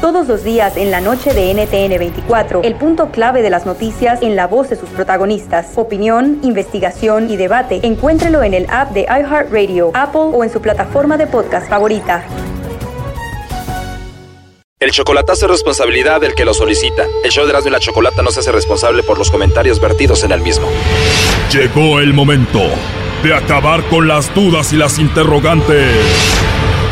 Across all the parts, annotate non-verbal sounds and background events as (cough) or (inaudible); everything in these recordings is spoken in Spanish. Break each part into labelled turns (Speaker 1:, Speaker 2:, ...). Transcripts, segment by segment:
Speaker 1: Todos los días en la noche de NTN 24, el punto clave de las noticias en la voz de sus protagonistas. Opinión, investigación y debate. Encuéntrelo en el app de iHeartRadio, Apple o en su plataforma de podcast favorita.
Speaker 2: El chocolatazo es responsabilidad del que lo solicita. El show de Erasmo y la Chocolata no se hace responsable por los comentarios vertidos en el mismo.
Speaker 3: Llegó el momento de acabar con las dudas y las interrogantes.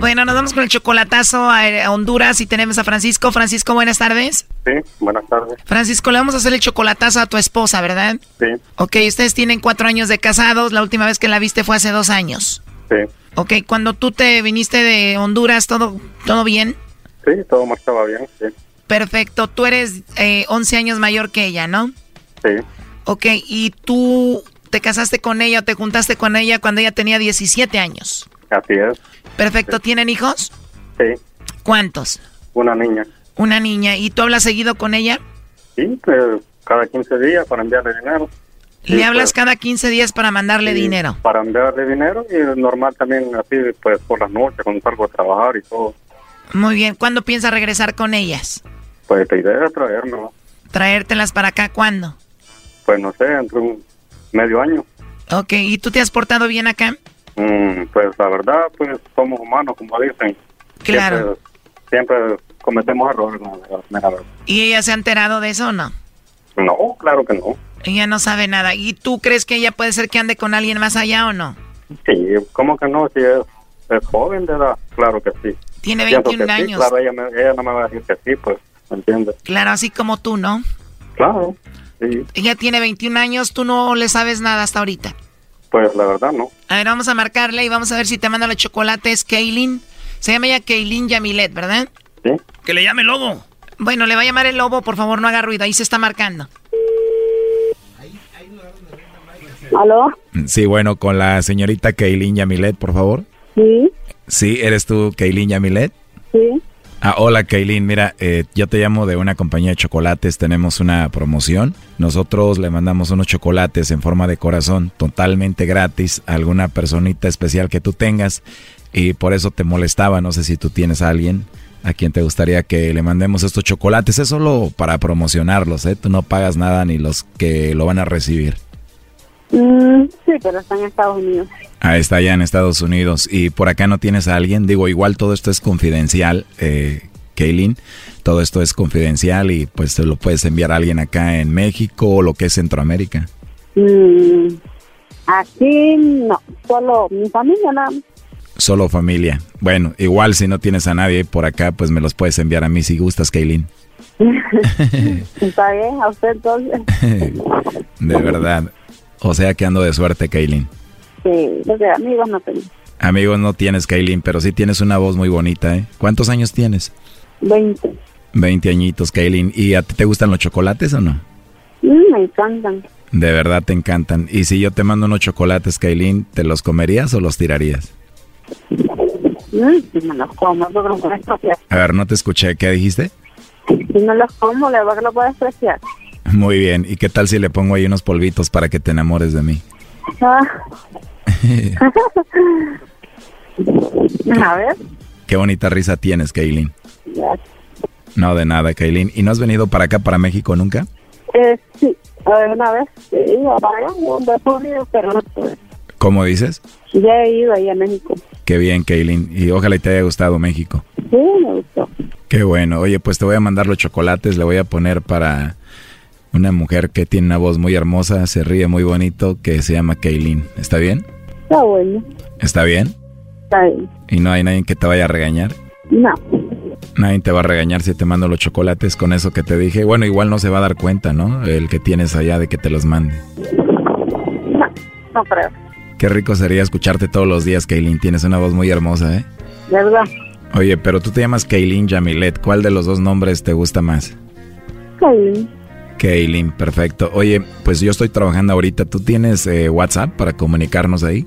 Speaker 4: Bueno, nos vamos con el chocolatazo a, a Honduras y tenemos a Francisco. Francisco, buenas tardes.
Speaker 5: Sí, buenas tardes.
Speaker 4: Francisco, le vamos a hacer el chocolatazo a tu esposa, ¿verdad?
Speaker 5: Sí,
Speaker 4: Ok, ustedes tienen cuatro años de casados. La última vez que la viste fue hace dos años.
Speaker 5: sí,
Speaker 4: Ok, cuando tú te viniste de Honduras, ¿todo, todo bien?
Speaker 5: sí, todo marchaba bien, sí,
Speaker 4: Perfecto. Tú eres eh, 11 años mayor que ella, ¿no?
Speaker 5: sí,
Speaker 4: Ok, y tú te casaste con ella o te juntaste con ella cuando ella tenía 17 años.
Speaker 5: así es,
Speaker 4: Perfecto. ¿Tienen hijos?
Speaker 5: sí,
Speaker 4: ¿Cuántos?
Speaker 5: una niña.
Speaker 4: Una niña. ¿Y tú hablas seguido con ella?
Speaker 5: Sí, eh, cada 15 días para enviarle dinero. Sí,
Speaker 4: ¿Le hablas
Speaker 5: pues,
Speaker 4: cada 15 días para mandarle
Speaker 5: sí,
Speaker 4: dinero?
Speaker 5: Para enviarle dinero y normal también así, pues por las noches cuando salgo a trabajar y todo.
Speaker 4: Muy bien. ¿Cuándo piensas regresar con ellas?
Speaker 5: Pues la idea es traernos,
Speaker 4: ¿Traértelas para acá cuándo?
Speaker 5: pues no sé, entre un medio año.
Speaker 4: Ok, ¿y tú te has portado bien acá?
Speaker 5: Mm, pues la verdad, pues somos humanos, como dicen.
Speaker 4: Claro.
Speaker 5: Siempre, pues, siempre cometemos errores, la verdad, la verdad.
Speaker 4: ¿Y ella se ha enterado de eso o no?
Speaker 5: No, claro que no.
Speaker 4: Ella no sabe nada. ¿Y tú crees que ella puede ser que ande con alguien más allá o no?
Speaker 5: Sí, ¿cómo que no? Si es, es joven de edad, claro que sí.
Speaker 4: Tiene
Speaker 5: Pienso
Speaker 4: 21
Speaker 5: que sí,
Speaker 4: años.
Speaker 5: claro, ella, me- ella no me va a decir que sí, pues, ¿me entiendes?
Speaker 4: Claro, así como tú, ¿no?
Speaker 5: Claro, sí,
Speaker 4: Ella tiene 21 años, tú no le sabes nada hasta ahorita.
Speaker 5: pues la verdad no.
Speaker 4: A ver, vamos a marcarle y vamos a ver si te manda los chocolates, Kaylin. Se llama ella Kaylin Yamilet, ¿verdad?
Speaker 5: Sí,
Speaker 3: Que le llame lobo.
Speaker 4: Bueno, le va a llamar el lobo, por favor, no haga ruido, ahí se está marcando.
Speaker 6: ¿Aló?
Speaker 7: Sí, bueno, con la señorita Kaylin Yamilet, por favor.
Speaker 6: Sí,
Speaker 7: Sí, ¿eres tú Kaylin Yamilet?
Speaker 6: sí.
Speaker 7: Ah, hola Kaylin, mira, eh, yo te llamo de una compañía de chocolates, tenemos una promoción. Nosotros le mandamos unos chocolates en forma de corazón, totalmente gratis, a alguna personita especial que tú tengas. Y por eso te molestaba, no sé si tú tienes a alguien a quien te gustaría que le mandemos estos chocolates. Es solo para promocionarlos, ¿eh? Tú no pagas nada ni los que lo van a recibir.
Speaker 6: Mm, sí, pero está en Estados Unidos.
Speaker 7: Ah, está allá en Estados Unidos. Y por acá no tienes a alguien. Digo, igual todo esto es confidencial, eh, Kaylin. Todo esto es confidencial y pues te lo puedes enviar a alguien acá en México o lo que es Centroamérica.
Speaker 6: Mm, aquí no, solo mi familia nada más.
Speaker 7: Solo familia. Bueno, igual si no tienes a nadie por acá, pues me los puedes enviar a mí si gustas, Kaylin.
Speaker 6: Está bien, a usted entonces.
Speaker 7: De verdad. O sea que ando de suerte, Kaylin.
Speaker 6: Sí, porque este, amigos no tengo.
Speaker 7: Amigos, no tienes, Kaylin, pero sí tienes una voz muy bonita, ¿eh? ¿Cuántos años tienes?
Speaker 6: 20.
Speaker 7: Veinte añitos, Kaylin. ¿Y a ti te gustan los chocolates o no?
Speaker 6: Mm, me encantan.
Speaker 7: De verdad te encantan. Y si yo te mando unos chocolates, Kailin, ¿te los comerías o los tirarías?
Speaker 6: Mm, si no los como, porque los puedes preciar.
Speaker 7: A ver, no te escuché. ¿Qué dijiste? (laughs)
Speaker 6: Si no los como, le va que los puedes preciar.
Speaker 7: Muy bien. ¿Y qué tal si le pongo ahí unos polvitos para que te enamores de mí?
Speaker 6: Ah. (laughs) a ver.
Speaker 7: Qué bonita risa tienes, Kailin. No, de nada, Kailin. ¿Y no has venido para acá, para México nunca?
Speaker 6: Eh, sí, a ver, una vez sí, iba para allá, de público, pero no pude.
Speaker 7: ¿Cómo dices?
Speaker 6: Ya he ido ahí a México.
Speaker 7: Qué bien, Kailin. Y ojalá y te haya gustado México.
Speaker 6: Sí, me gustó.
Speaker 7: Qué bueno. Oye, pues te voy a mandar los chocolates. Le voy a poner para una mujer que tiene una voz muy hermosa, se ríe muy bonito, que se llama Kailin. ¿Está bien?
Speaker 6: Está bueno.
Speaker 7: ¿Está bien?
Speaker 6: está bien.
Speaker 7: ¿Y no hay nadie que te vaya a regañar?
Speaker 6: No,
Speaker 7: Nadie te va a regañar si te mando los chocolates con eso que te dije. Bueno, igual no se va a dar cuenta, ¿no? El que tienes allá de que te los mande.
Speaker 6: no, no creo.
Speaker 7: Qué rico sería escucharte todos los días, Kaylin. Tienes una voz muy hermosa, ¿eh?
Speaker 6: De verdad,
Speaker 7: Oye, pero tú te llamas Kaylin Jamilet. ¿Cuál de los dos nombres te gusta más?
Speaker 6: sí.
Speaker 7: Kaylin, perfecto. Oye, pues yo estoy trabajando ahorita. ¿Tú tienes eh, WhatsApp para comunicarnos ahí?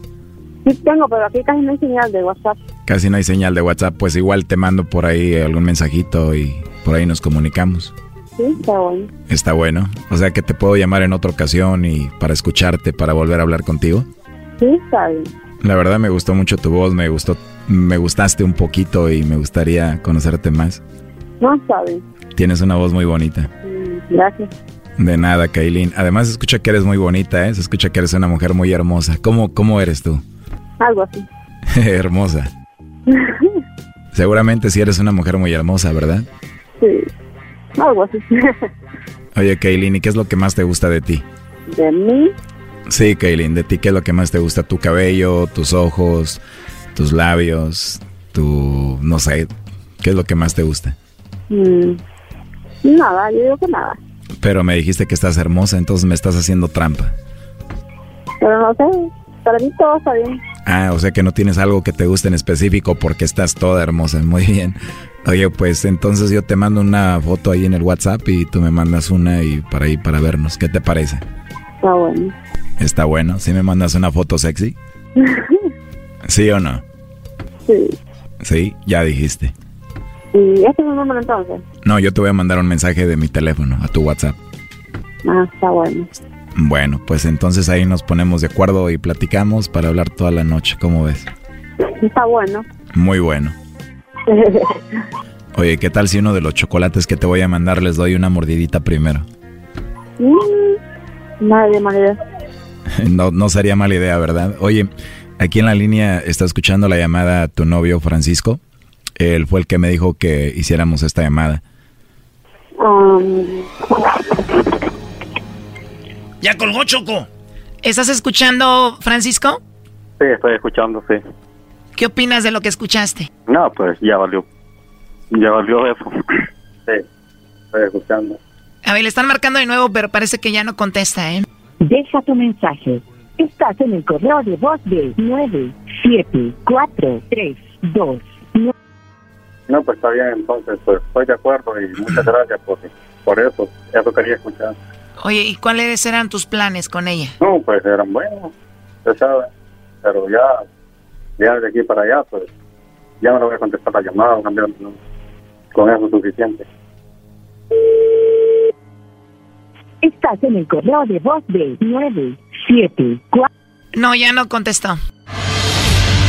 Speaker 6: Sí tengo, pero aquí casi no hay señal de WhatsApp.
Speaker 7: Casi no hay señal de WhatsApp, pues igual te mando por ahí algún mensajito y por ahí nos comunicamos.
Speaker 6: Sí, está bueno.
Speaker 7: Está bueno. O sea que te puedo llamar en otra ocasión y para escucharte, para volver a hablar contigo.
Speaker 6: Sí, está bien.
Speaker 7: La verdad me gustó mucho tu voz, me gustó, me gustaste un poquito y me gustaría conocerte más.
Speaker 6: No, está bien.
Speaker 7: Tienes una voz muy bonita.
Speaker 6: Mm, Gracias.
Speaker 7: De nada, Kailin. Además se escucha que eres muy bonita, ¿eh? Se escucha que eres una mujer muy hermosa. ¿Cómo, cómo eres tú? (laughs)
Speaker 6: Algo así.
Speaker 7: hermosa. Seguramente sí eres una mujer muy hermosa, ¿verdad?
Speaker 6: Sí, algo así. (laughs)
Speaker 7: Oye, Kailin, ¿y qué es lo que más te gusta de ti?
Speaker 6: De mí,
Speaker 7: Sí, Kaylin, de ti, ¿qué es lo que más te gusta? Tu cabello, tus ojos, tus labios, tu... no sé, ¿qué es lo que más te gusta?
Speaker 6: mm, nada, yo digo que nada.
Speaker 7: Pero me dijiste que estás hermosa, entonces me estás haciendo trampa.
Speaker 6: Pero no sé, para mí todo está bien.
Speaker 7: Ah, o sea que no tienes algo que te guste en específico porque estás toda hermosa, muy bien. Oye, pues entonces yo te mando una foto ahí en el WhatsApp y tú me mandas una y para ahí para vernos. ¿Qué te parece?
Speaker 6: Está bueno.
Speaker 7: Está bueno, ¿sí me mandas una foto sexy? ¿Sí o no?
Speaker 6: Sí.
Speaker 7: Sí, ya dijiste.
Speaker 6: ¿Y este es mi número entonces?
Speaker 7: No, yo te voy a mandar un mensaje de mi teléfono a tu WhatsApp.
Speaker 6: Ah, está bueno.
Speaker 7: Bueno, pues entonces ahí nos ponemos de acuerdo y platicamos para hablar toda la noche, ¿cómo ves?
Speaker 6: Está bueno.
Speaker 7: Muy bueno. Oye, ¿qué tal si uno de los chocolates que te voy a mandar les doy una mordidita primero? (laughs)
Speaker 6: Mm, Nada de manera.
Speaker 7: No, no sería mala idea, ¿verdad? Oye, aquí en la línea está escuchando la llamada a tu novio Francisco. Él fue el que me dijo que hiciéramos esta llamada.
Speaker 6: Um,
Speaker 4: Ya colgó Choco. ¿Estás escuchando, Francisco?
Speaker 5: Sí, estoy escuchando, sí.
Speaker 4: ¿Qué opinas de lo que escuchaste?
Speaker 5: No, pues ya valió. Ya valió eso. (clears throat) Sí, estoy escuchando.
Speaker 4: A ver, le están marcando de nuevo, pero parece que ya no contesta, ¿eh?
Speaker 8: Deja tu mensaje. Estás en el correo de voz de 97432.
Speaker 5: No, pues está bien, entonces, pues estoy de acuerdo y muchas gracias por, por eso. Eso quería escuchar.
Speaker 4: Oye, ¿y cuáles eran tus planes con ella?
Speaker 5: No, pues eran buenos, usted sabe. Pero ya, ya de aquí para allá, pues ya no le voy a contestar la llamada, o cambiar el número. Con eso es suficiente.
Speaker 8: Estás en el correo de voz de 974.
Speaker 4: No, ya no contestó.